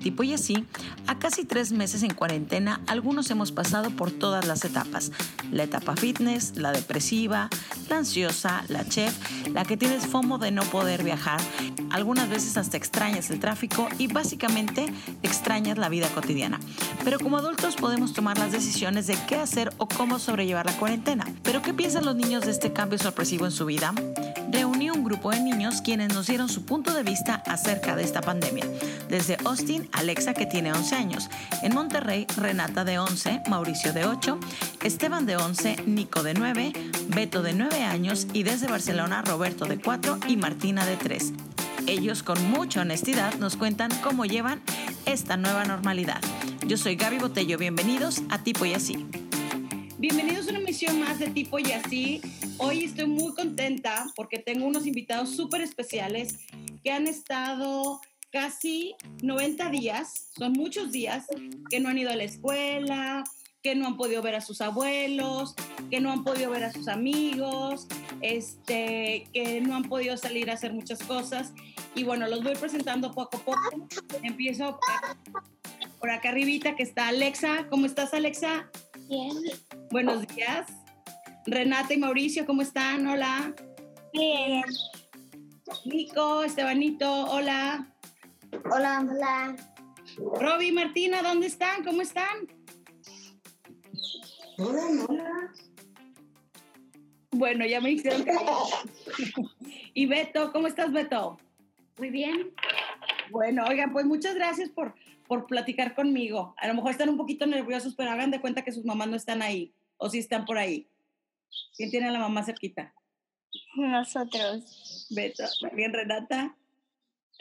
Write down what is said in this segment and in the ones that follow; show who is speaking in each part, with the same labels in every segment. Speaker 1: tipo y así, a casi tres meses en cuarentena, algunos hemos pasado por todas las etapas. La etapa fitness, la depresiva, la ansiosa, la chef, la que tienes FOMO de no poder viajar, algunas veces hasta extrañas el tráfico y básicamente extrañas la vida cotidiana. Pero como adultos podemos tomar las decisiones de qué hacer o cómo sobrellevar la cuarentena. Pero ¿qué piensan los niños de este cambio sorpresivo en su vida? Reuní un grupo de niños quienes nos dieron su punto de vista acerca de esta pandemia. Desde Austin, Alexa, que tiene 11 años. En Monterrey, Renata de 11, Mauricio de 8, Esteban de 11, Nico de 9, Beto de 9 años y desde Barcelona, Roberto de 4 y Martina de 3. Ellos con mucha honestidad nos cuentan cómo llevan esta nueva normalidad. Yo soy Gaby Botello, bienvenidos a Tipo y Así.
Speaker 2: Bienvenidos a una emisión más de Tipo y Así. Hoy estoy muy contenta porque tengo unos invitados súper especiales que han estado casi 90 días, son muchos días, que no han ido a la escuela, que no han podido ver a sus abuelos, que no han podido ver a sus amigos, este, que no han podido salir a hacer muchas cosas. Y bueno, los voy presentando poco a poco. Empiezo por acá arribita que está Alexa. ¿Cómo estás, Alexa?
Speaker 3: Bien,
Speaker 2: Buenos días. Renata y Mauricio, ¿cómo están? Hola.
Speaker 3: bien.
Speaker 2: Nico, Estebanito, hola.
Speaker 3: Hola. Hola.
Speaker 2: Roby, Martina, ¿dónde están? ¿Cómo están? Bueno, ya me hicieron. y Beto, ¿cómo estás, Beto?
Speaker 3: Muy bien.
Speaker 2: Bueno, oigan, pues muchas gracias por, por platicar conmigo. A lo mejor están un poquito nerviosos, pero hagan de cuenta que sus mamás no están ahí o si están por ahí. ¿Quién tiene a la mamá cerquita?
Speaker 3: Nosotros.
Speaker 2: Beto, bien Renata.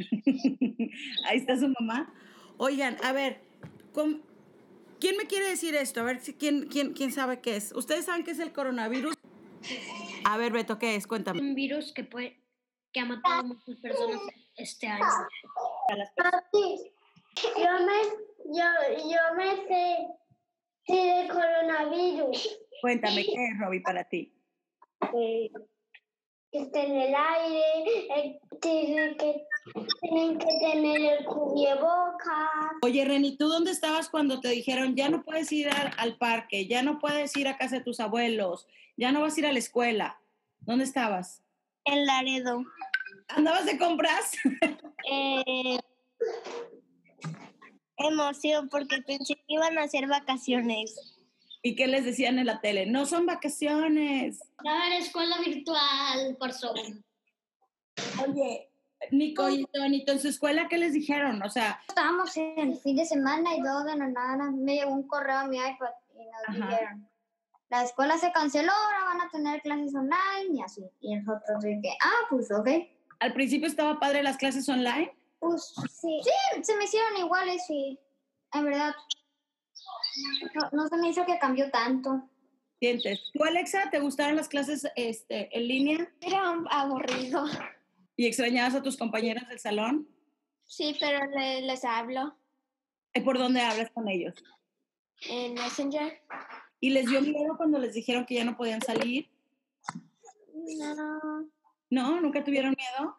Speaker 2: ahí está su mamá. Oigan, a ver, ¿cómo- ¿quién me quiere decir esto? A ver, si- ¿quién, quién, ¿quién sabe qué es? ¿Ustedes saben qué es el coronavirus? A ver, Beto, ¿qué es? Cuéntame.
Speaker 4: un virus que puede que ha matado a muchas personas este año.
Speaker 3: Papi, yo me, yo, yo me sé sí, de coronavirus.
Speaker 2: Cuéntame, ¿qué es, Roby, para ti?
Speaker 3: Eh, Que está en el aire, eh, tienen que, tienen que tener el cubrebocas.
Speaker 2: Oye, Reni, ¿tú dónde estabas cuando te dijeron ya no puedes ir al, al parque, ya no puedes ir a casa de tus abuelos, ya no vas a ir a la escuela? ¿Dónde estabas?
Speaker 3: El Laredo.
Speaker 2: ¿Andabas de compras?
Speaker 3: Eh, emoción, porque pensé que iban a hacer vacaciones.
Speaker 2: ¿Y qué les decían en la tele? No son vacaciones.
Speaker 4: Va a haber escuela virtual por Zoom.
Speaker 2: Oye, Nico y Tonito, ¿en su escuela qué les dijeron? O sea,
Speaker 3: Estábamos en el fin de semana y luego de la nada me llegó un correo a mi iPad y nos
Speaker 2: Ajá.
Speaker 3: dijeron, la escuela se canceló, ahora van a tener clases online y así. Y nosotros de que, ah, pues ok.
Speaker 2: al principio estaba padre las clases online.
Speaker 3: Pues sí. Sí, se me hicieron iguales y en verdad no, no se me hizo que cambió tanto.
Speaker 2: ¿Sientes? ¿Tú, Alexa, te gustaron las clases este, en línea
Speaker 3: Era aburrido.
Speaker 2: y extrañabas a tus compañeras del salón?
Speaker 3: Sí, pero les hablo
Speaker 2: ¿Y por dónde hablas con ellos?
Speaker 3: en Messenger.
Speaker 2: ¿Y les dio miedo cuando les dijeron que ya no podían salir?
Speaker 3: No,
Speaker 2: ¿No? ¿Nunca tuvieron miedo?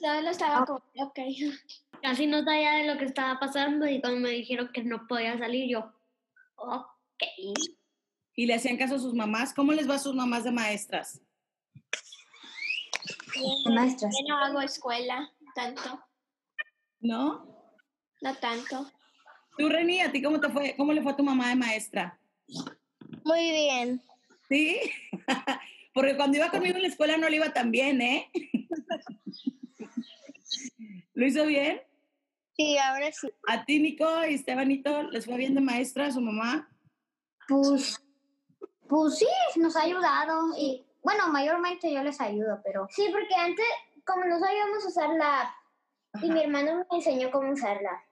Speaker 3: solo estaba como, ok.
Speaker 4: Casi no sabía de lo que estaba pasando y cuando me dijeron que no podía salir, yo, ok.
Speaker 2: ¿Y le hacían caso a sus mamás? ¿Cómo les va a sus mamás de maestras?
Speaker 3: Maestras.
Speaker 5: Yo no hago escuela tanto,
Speaker 2: ¿No?
Speaker 5: no tanto.
Speaker 2: ¿Tú, Reni, a ti cómo te fue? ¿Cómo le fue a tu mamá de maestra?
Speaker 3: Muy bien.
Speaker 2: ¿Sí? Porque cuando iba conmigo en la escuela no le iba tan bien, ¿eh? ¿Lo hizo bien?
Speaker 3: Sí, ahora sí.
Speaker 2: ¿A ti, Nico y Estebanito, les fue bien de maestra su mamá?
Speaker 3: Pues, pues sí, nos ha ayudado. Y bueno, mayormente yo les ayudo, pero. Sí, porque antes, como no sabíamos usar la app, y
Speaker 2: Ajá.
Speaker 3: mi hermano me enseñó cómo usarla.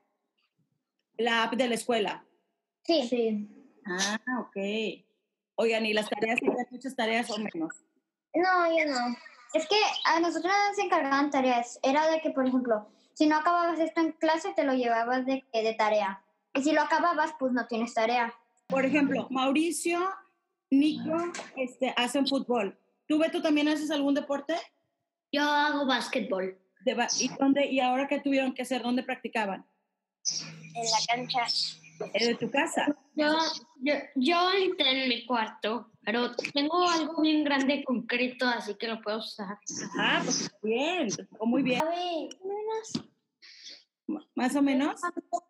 Speaker 2: La app de la escuela.
Speaker 3: Sí. Sí.
Speaker 2: Ah, ok. Oigan, ¿y las tareas? ¿Hacían muchas tareas o menos?
Speaker 3: No, yo no. Es que a nosotros nos encargaban tareas. Era de que, por ejemplo, si no acababas esto en clase, te lo llevabas de, de tarea. Y si lo acababas, pues no tienes tarea.
Speaker 2: Por ejemplo, Mauricio, Nico, este, hacen fútbol. ¿Tú, Beto, también haces algún deporte?
Speaker 4: Yo hago básquetbol.
Speaker 2: De ba- ¿Y, dónde, ¿Y ahora qué tuvieron que hacer? ¿Dónde practicaban?
Speaker 5: en la cancha.
Speaker 2: Eh, de tu casa.
Speaker 4: Yo, yo, yo entré en mi cuarto, pero tengo algo bien grande concreto, así que lo puedo usar.
Speaker 2: Ah, pues bien, o muy bien,
Speaker 5: Javi, menos.
Speaker 2: más o menos.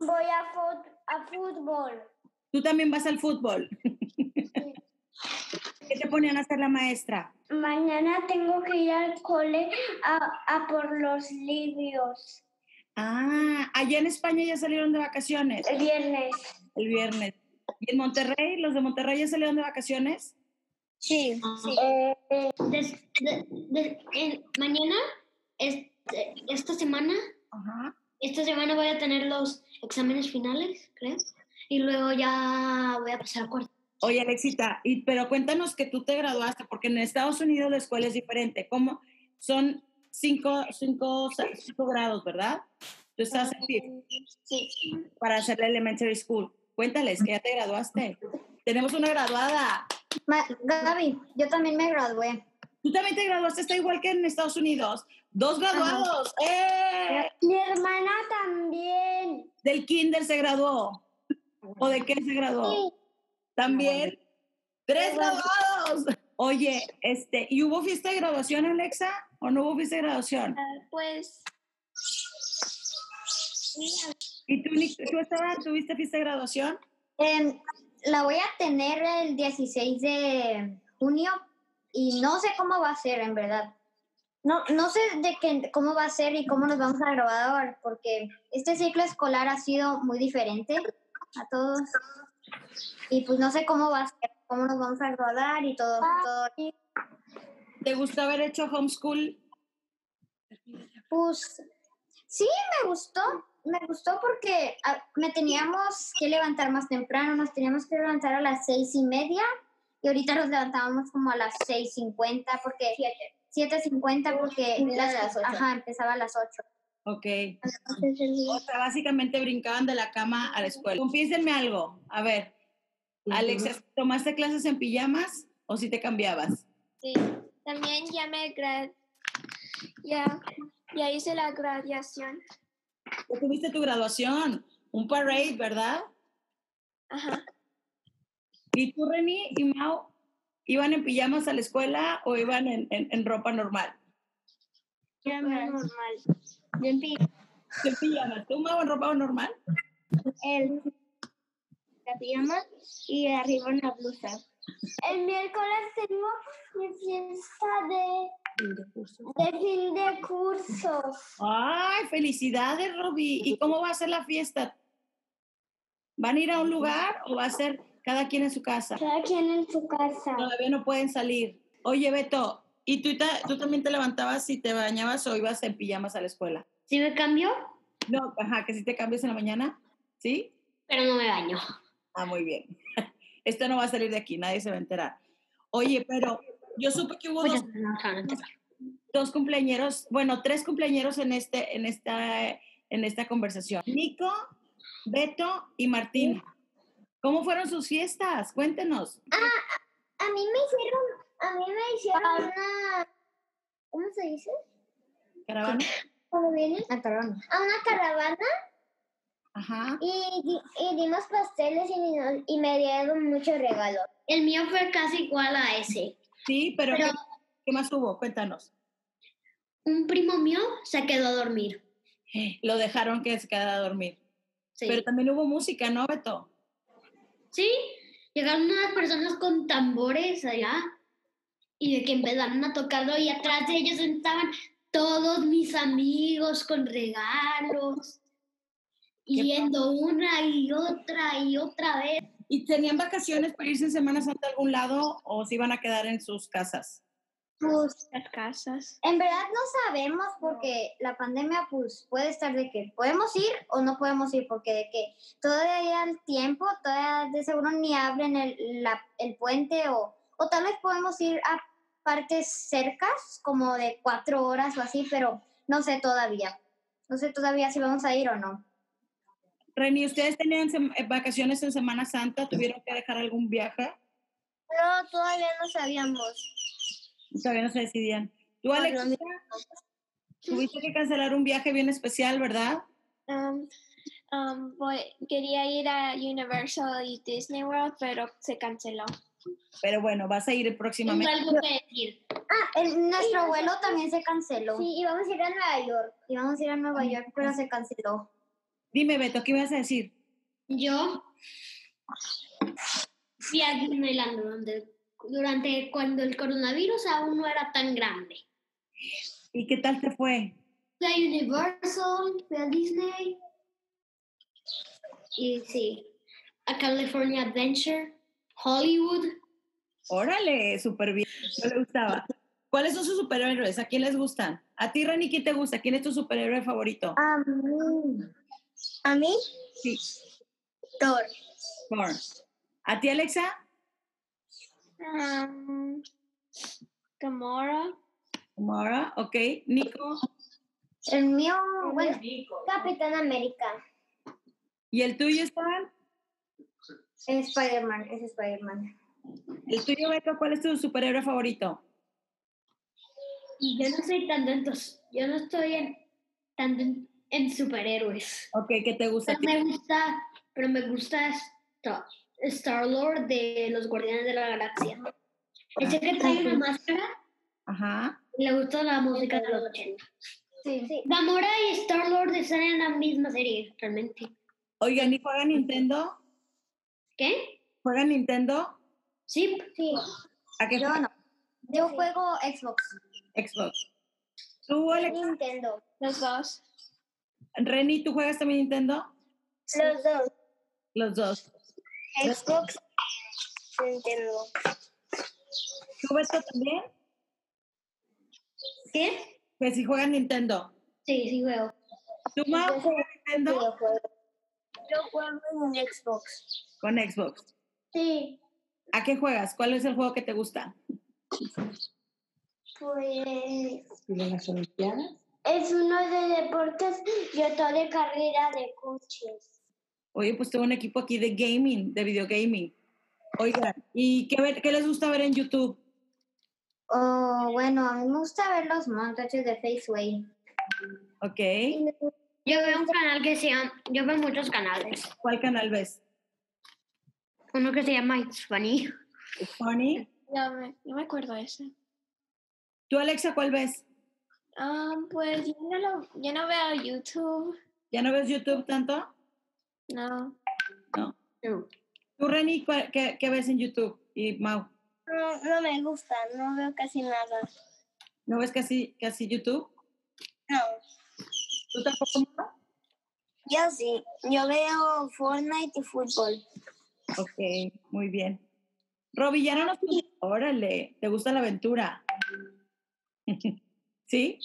Speaker 5: Voy a, fut- a fútbol.
Speaker 2: Tú también vas al fútbol. ¿Qué te ponían a hacer la maestra?
Speaker 5: Mañana tengo que ir al cole a, a por los libios.
Speaker 2: Ah, allá en España ya salieron de vacaciones
Speaker 4: Eh.
Speaker 5: El viernes.
Speaker 2: el viernes. ¿Y en Monterrey? ¿Los de Monterrey ya salieron de vacaciones?
Speaker 5: Sí.
Speaker 4: Des- de- de- en- mañana, este- esta semana,
Speaker 2: Ajá.
Speaker 4: esta semana voy a tener los exámenes finales, ¿crees? Y luego ya voy a pasar al cuarto.
Speaker 2: Oye, Alexita, y, pero cuéntanos que tú te graduaste, porque en Estados Unidos la escuela es diferente. ¿Cómo? Son cinco, cinco, cinco grados, ¿verdad? Tú estás en fifth
Speaker 5: Sí.
Speaker 2: para hacer la elementary school. Cuéntales que ya te graduaste. Tenemos una graduada.
Speaker 3: Ma- Gaby, yo también me gradué.
Speaker 2: Tú también te graduaste, está igual que en Estados Unidos. Dos graduados. ¡Eh!
Speaker 5: Mi hermana también.
Speaker 2: Del kinder se graduó. ¿O de qué se graduó? También. Tres graduados. Oye, este, ¿y hubo fiesta de graduación, Alexa? ¿O no hubo fiesta de graduación?
Speaker 5: Pues.
Speaker 2: ¿Y tú, Nic- tú Esteban, tuviste fiesta de graduación?
Speaker 3: Em, la voy a tener el 16 de junio y no sé cómo va a ser, en verdad. No, no sé de qué, cómo va a ser y cómo nos vamos a graduar, porque este ciclo escolar ha sido muy diferente a todos. Y pues no sé cómo va a ser, cómo nos vamos a graduar y todo. todo.
Speaker 2: ¿Te gustó haber hecho homeschool?
Speaker 3: Pues sí, me gustó. Me gustó porque ah, me teníamos que levantar más temprano, nos teníamos que levantar a las seis y media y ahorita nos levantábamos como a las seis cincuenta porque siete cincuenta porque las, ajá, empezaba a las ocho.
Speaker 2: Ok. O sea, básicamente brincaban de la cama a la escuela. Confiésenme algo. A ver, Alexa, ¿tomaste clases en pijamas o si te cambiabas?
Speaker 5: Sí. También ya me gra- ya, ya hice la graduación.
Speaker 2: ¿O tuviste tu graduación? Un parade, ¿verdad?
Speaker 5: Ajá.
Speaker 2: ¿Y tú, Reni y Mau, iban en pijamas a la escuela o iban en, en- en ropa normal?
Speaker 5: Ya Ah, normal.
Speaker 2: ¿Qué pijamas? ¿Tú, Mau, en ropa normal?
Speaker 5: El, la pijama y arriba una blusa. El miércoles tengo mi fiesta de, de fin de curso.
Speaker 2: ¡Ay, felicidades, Roby! ¿Y cómo va a ser la fiesta? ¿Van a ir a un lugar o va a ser cada quien en su casa?
Speaker 5: Cada quien en su casa.
Speaker 2: Todavía no pueden salir. Oye, Beto, ¿y tú, ta- tú también te levantabas y te bañabas o ibas en pijamas a la escuela?
Speaker 4: Si me cambio,
Speaker 2: No, ajá, que si te cambias en la mañana, ¿sí?
Speaker 4: pero no me baño.
Speaker 2: Ah, muy bien. Esto no va a salir de aquí, nadie se va a enterar. Oye, pero yo supe que hubo dos,
Speaker 4: Muchas gracias.
Speaker 2: dos cumpleañeros, bueno, tres cumpleañeros en, este, en, esta, en esta conversación. Nico, Beto y Martín. ¿Cómo fueron sus fiestas? Cuéntenos.
Speaker 5: A mí me hicieron, a mí me hicieron una, ¿cómo se dice?
Speaker 2: Caravana.
Speaker 5: Cuando vienen
Speaker 3: Ah, perdón.
Speaker 5: a una caravana
Speaker 2: Ajá.
Speaker 5: y, di- y dimos pasteles y, nos- y me dieron muchos regalos.
Speaker 4: El mío fue casi igual a ese.
Speaker 2: Sí, pero,
Speaker 4: Pero-
Speaker 2: ¿qué, qué más hubo? Cuéntanos.
Speaker 4: Un primo mío se quedó a dormir.
Speaker 2: Lo dejaron que se quedara a dormir.
Speaker 4: Sí.
Speaker 2: Pero también hubo música, ¿no, Beto?
Speaker 4: Sí, llegaron unas personas con tambores allá y de que empezaron a tocarlo y atrás de ellos estaban todos mis amigos con regalos y
Speaker 2: Qué
Speaker 4: yendo una y otra y otra vez.
Speaker 2: ¿Y tenían vacaciones para irse en Semana Santa a algún lado o se iban a quedar en sus casas?
Speaker 3: Pues,
Speaker 5: Las casas.
Speaker 3: en verdad no sabemos porque la pandemia pues puede estar de que podemos ir o no podemos ir porque de que todavía el tiempo, todavía de seguro ni abren el, la- el puente o, o tal vez podemos ir a partes cercas como de cuatro horas o así, pero no sé todavía. No sé todavía si vamos a ir o no.
Speaker 2: Reni, ¿ustedes tenían sem- eh, vacaciones en Semana Santa? ¿Tuvieron que dejar algún viaje?
Speaker 5: No, todavía no sabíamos.
Speaker 2: Todavía no se decidían. Tú, Alex, tuviste que cancelar un viaje bien especial, ¿verdad?
Speaker 5: um, voy- quería ir a Universal y Disney World, pero se canceló.
Speaker 2: Pero bueno, vas a ir
Speaker 4: Tengo
Speaker 2: próximamente.
Speaker 4: algo que decir.
Speaker 3: Ah, el- nuestro
Speaker 5: Sí,
Speaker 3: vuelo
Speaker 5: nosotros-
Speaker 3: también se canceló.
Speaker 5: sí,
Speaker 3: íbamos a ir a Nueva York. Íbamos a ir a Nueva York, pero se canceló.
Speaker 2: Dime, Beto, ¿qué ibas a decir?
Speaker 4: Yo fui a Disneyland durante, durante cuando el coronavirus aún no era tan grande.
Speaker 2: ¿Y qué tal te fue?
Speaker 4: Fui a Universal, fui a Disney. Y sí, a California Adventure, Hollywood.
Speaker 2: Órale, súper bien. No le gustaba. ¿Cuáles son sus superhéroes? ¿A quién les gustan? A ti, Rani, ¿quién te gusta? ¿Quién es tu superhéroe favorito?
Speaker 3: A mí. ¿A mí?
Speaker 2: Sí,
Speaker 3: Thor.
Speaker 2: Thor. ¿A ti, Alexa?
Speaker 5: Um, Gamora.
Speaker 2: Mora, ok. Nico.
Speaker 3: El mío, bueno, Capitán América.
Speaker 2: ¿Y el tuyo, Esteban?
Speaker 3: Es Spider-Man, es Spider-Man.
Speaker 2: ¿El tuyo, Beto? ¿Cuál es tu superhéroe favorito?
Speaker 4: Y yo no soy tan tantos, yo no estoy en, tanto en, en superhéroes.
Speaker 2: Ok, ¿qué te gusta? a
Speaker 4: Pero
Speaker 2: ti?
Speaker 4: me gusta, pero me gusta Star, Lord de los Guardianes de la Galaxia. Ese que trae una máscara,
Speaker 2: Ajá.
Speaker 4: le gusta la música de los 80.
Speaker 3: Sí. sí.
Speaker 4: Gamora y Star Lord están en la misma serie, realmente.
Speaker 2: Oigan, ¿y juega Nintendo?
Speaker 4: ¿Qué?
Speaker 2: ¿Juega Nintendo?
Speaker 4: Sí,
Speaker 2: ¿A qué
Speaker 3: Yo
Speaker 2: juega?
Speaker 3: no. Yo juego Xbox.
Speaker 2: Xbox. ¿Tú, Alex?
Speaker 3: Nintendo.
Speaker 5: Los dos.
Speaker 2: Reni, ¿tú juegas también Nintendo?
Speaker 3: Los dos.
Speaker 2: Los dos.
Speaker 3: Xbox. Nintendo.
Speaker 2: ¿Tú, Beto, también?
Speaker 4: ¿qué?
Speaker 2: Pues si juegas Nintendo.
Speaker 4: Sí, sí, veo.
Speaker 2: ¿Tú, Mau, juegas Nintendo?
Speaker 3: Yo juego en Xbox.
Speaker 2: Con Xbox.
Speaker 3: Sí.
Speaker 2: ¿A qué juegas? ¿Cuál es el juego que te gusta?
Speaker 3: Pues. Es uno de deportes y otro de carrera de coches.
Speaker 2: Oye, pues tengo un equipo aquí de gaming, de videogaming. Oigan, ¿y qué, ver- qué les gusta ver en YouTube?
Speaker 3: Oh, bueno, a mí me gusta ver los montajes de Faceway.
Speaker 2: ¿Ok?
Speaker 4: Yo veo un canal que se llama, yo veo muchos canales.
Speaker 2: ¿Cuál canal ves?
Speaker 4: Uno que se llama It's Funny.
Speaker 2: ¿Funny?
Speaker 5: No me, no me acuerdo ese.
Speaker 2: ¿Tú, Alexa, cuál ves?
Speaker 5: Um, pues yo no, lo, yo no veo YouTube.
Speaker 2: ¿Ya no ves YouTube tanto?
Speaker 5: No.
Speaker 2: No.
Speaker 4: No.
Speaker 2: ¿Tú, Reni, cuál- qué, qué ves en YouTube? Y Mau,
Speaker 5: No, no me gusta, no veo casi nada.
Speaker 2: ¿no ves casi, casi YouTube?
Speaker 3: No,
Speaker 2: ¿Tú tampoco, Mau?
Speaker 3: yo sí. Yo veo Fortnite y fútbol.
Speaker 2: Ok, muy bien. Robbie, ya no nos... Órale, ¿te gusta la aventura? ¿Sí?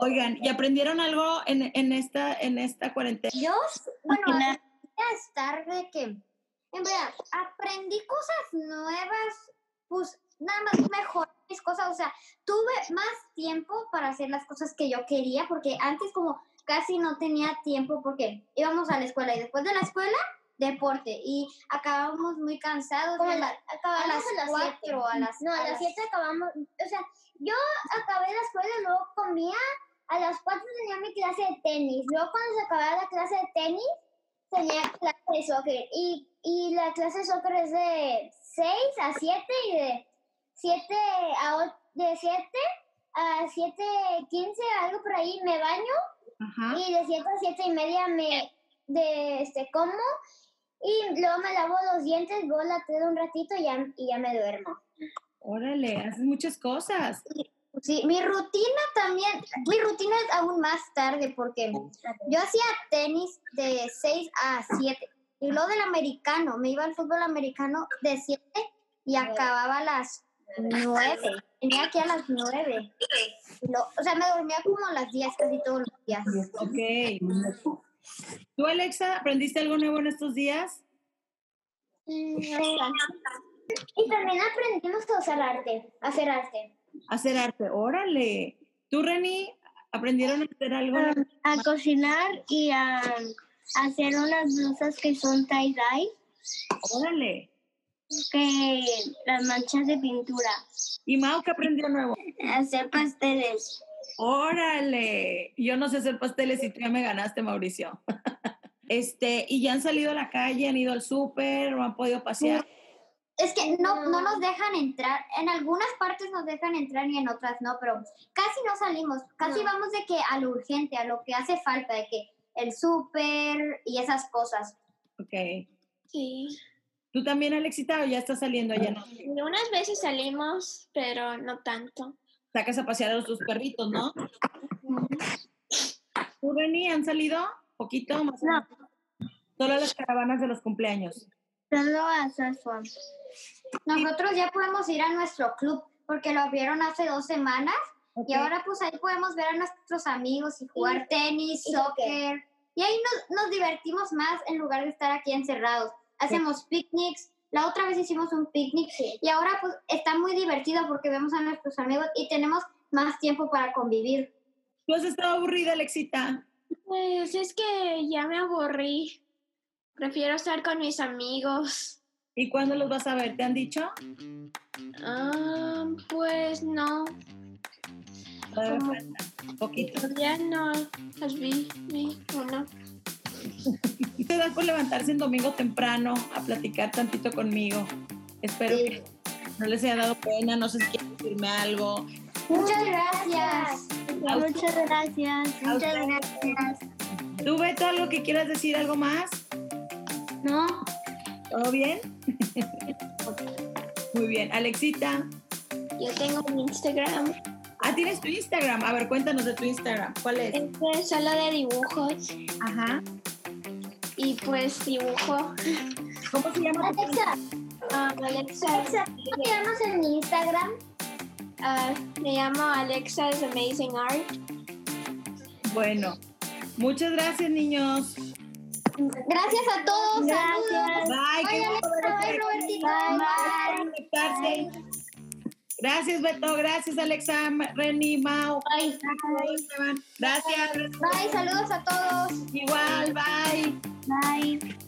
Speaker 2: Oigan, ¿y aprendieron algo en, en esta, en esta cuarentena?
Speaker 3: Yo, bueno, a estar de que, en verdad, aprendí cosas nuevas, pues nada más mejor mis cosas, o sea, tuve más tiempo para hacer las cosas que yo quería, porque antes como casi no tenía tiempo porque íbamos a la escuela y después de la escuela, deporte, y acabábamos muy cansados.
Speaker 6: Como
Speaker 3: a
Speaker 6: la-
Speaker 3: la- a las
Speaker 6: cuatro,
Speaker 3: cuatro, a las
Speaker 6: No, a las 7 acabamos. O sea, yo acabé la escuela, luego comía. A las 4 tenía mi clase de tenis. Luego, cuando se acababa la clase de tenis, tenía clase de soccer. Y, y la clase de soccer es de 6 a 7 y de 7 a o- de 7 a 7.15, algo por ahí, me baño.
Speaker 2: Ajá.
Speaker 6: Y de 7 a 7 y media me de este como. Y luego me lavo los dientes, voy a la tele un ratito y ya, y ya me duermo.
Speaker 2: Órale, haces muchas cosas.
Speaker 3: Sí, mi rutina también, mi rutina es aún más tarde porque yo hacía tenis de 6 a 7 y luego del americano, me iba al fútbol americano de 7 y acababa a las 9, tenía que ir a las 9. o sea, me dormía como a las 10 casi todos los días.
Speaker 2: Ok. ¿Tú, Alexa, aprendiste algo nuevo en estos días?
Speaker 6: Y también aprendimos a usar arte, a hacer arte.
Speaker 2: Hacer arte. Órale. ¿Tú, Reni, aprendieron a hacer algo? nuevo?
Speaker 6: A cocinar y a hacer unas blusas que son tie-dye,
Speaker 2: Órale.
Speaker 6: que las manchas de pintura.
Speaker 2: ¿Y Mau, qué aprendió nuevo?
Speaker 6: Hacer pasteles.
Speaker 2: Órale. Yo no sé hacer pasteles y tú ya me ganaste, Mauricio. Este, y ya han salido a la calle, han ido al súper, no han podido pasear.
Speaker 3: Es que no,
Speaker 6: Ah.
Speaker 3: no nos dejan entrar. En algunas partes nos dejan entrar y en otras no, pero casi no salimos. Casi
Speaker 5: No.
Speaker 3: vamos de que a lo urgente, a lo que hace falta, de que el súper y esas cosas.
Speaker 2: Ok.
Speaker 5: Sí.
Speaker 2: ¿Tú también, Alexita, o ya estás saliendo allá? ¿no?
Speaker 5: Y Unas veces salimos, pero no tanto.
Speaker 2: Sacas a pasear a los tus perritos, ¿no? ¿Tú, Reni, han salido? ¿Poquito? Más o menos? Solo a las caravanas de los cumpleaños.
Speaker 3: Nosotros ya podemos ir a nuestro club porque lo abrieron hace dos semanas
Speaker 2: Ok.
Speaker 3: y ahora pues ahí podemos ver a nuestros amigos y jugar tenis, soccer. Y ahí nos, nos divertimos más en lugar de estar aquí encerrados. Hacemos picnics. La otra vez hicimos un picnic y ahora pues está muy divertido porque vemos a nuestros amigos y tenemos más tiempo para convivir.
Speaker 2: ¿Tú has estado aburrida, Alexita?
Speaker 5: Pues es que ya me aburrí. Prefiero estar con mis amigos.
Speaker 2: ¿Y cuándo los vas a ver? ¿Te han dicho?
Speaker 5: Ah, pues no,
Speaker 2: Todavía falta. Poquito.
Speaker 5: ya no las vi, vi uno.
Speaker 2: ¿Y te das por levantarse en domingo temprano a platicar tantito conmigo? Espero
Speaker 3: Sí.
Speaker 2: que no les haya dado pena, no sé si quieren decirme algo.
Speaker 3: Muchas gracias.
Speaker 2: Muchas
Speaker 3: gracias.
Speaker 2: Muchas
Speaker 3: gracias.
Speaker 2: ¿Tú, Beto, algo que quieras decir, algo más?
Speaker 4: No,
Speaker 2: ¿Todo bien? Muy bien. Alexita,
Speaker 5: Yo tengo mi Instagram,
Speaker 2: ah, tienes tu Instagram. A ver, cuéntanos de tu Instagram. ¿Cuál es?
Speaker 3: Eh,
Speaker 5: este es solo de dibujos
Speaker 2: Ajá.
Speaker 5: y pues dibujo.
Speaker 2: ¿Cómo se llama? tu
Speaker 3: Alexa,
Speaker 5: Ah, Alexa,
Speaker 3: Alexa, ¿cómo te llamas en mi Instagram?
Speaker 5: ah, me llamo Alexa's Amazing Art.
Speaker 2: Bueno, muchas gracias, niños.
Speaker 3: Gracias a todos. Saludos.
Speaker 2: Bye, qué
Speaker 3: Bye,
Speaker 2: gusto
Speaker 3: Alexa. Bye,
Speaker 2: verte
Speaker 3: Robertito.
Speaker 2: aquí.
Speaker 3: Bye.
Speaker 2: Gracias por conectarse. Gracias, Beto. Gracias, Alexa, Reni, Mau.
Speaker 4: ay,
Speaker 2: Esteban. Gracias.
Speaker 3: Bye. Saludos a todos.
Speaker 2: Igual, bye.
Speaker 3: Bye.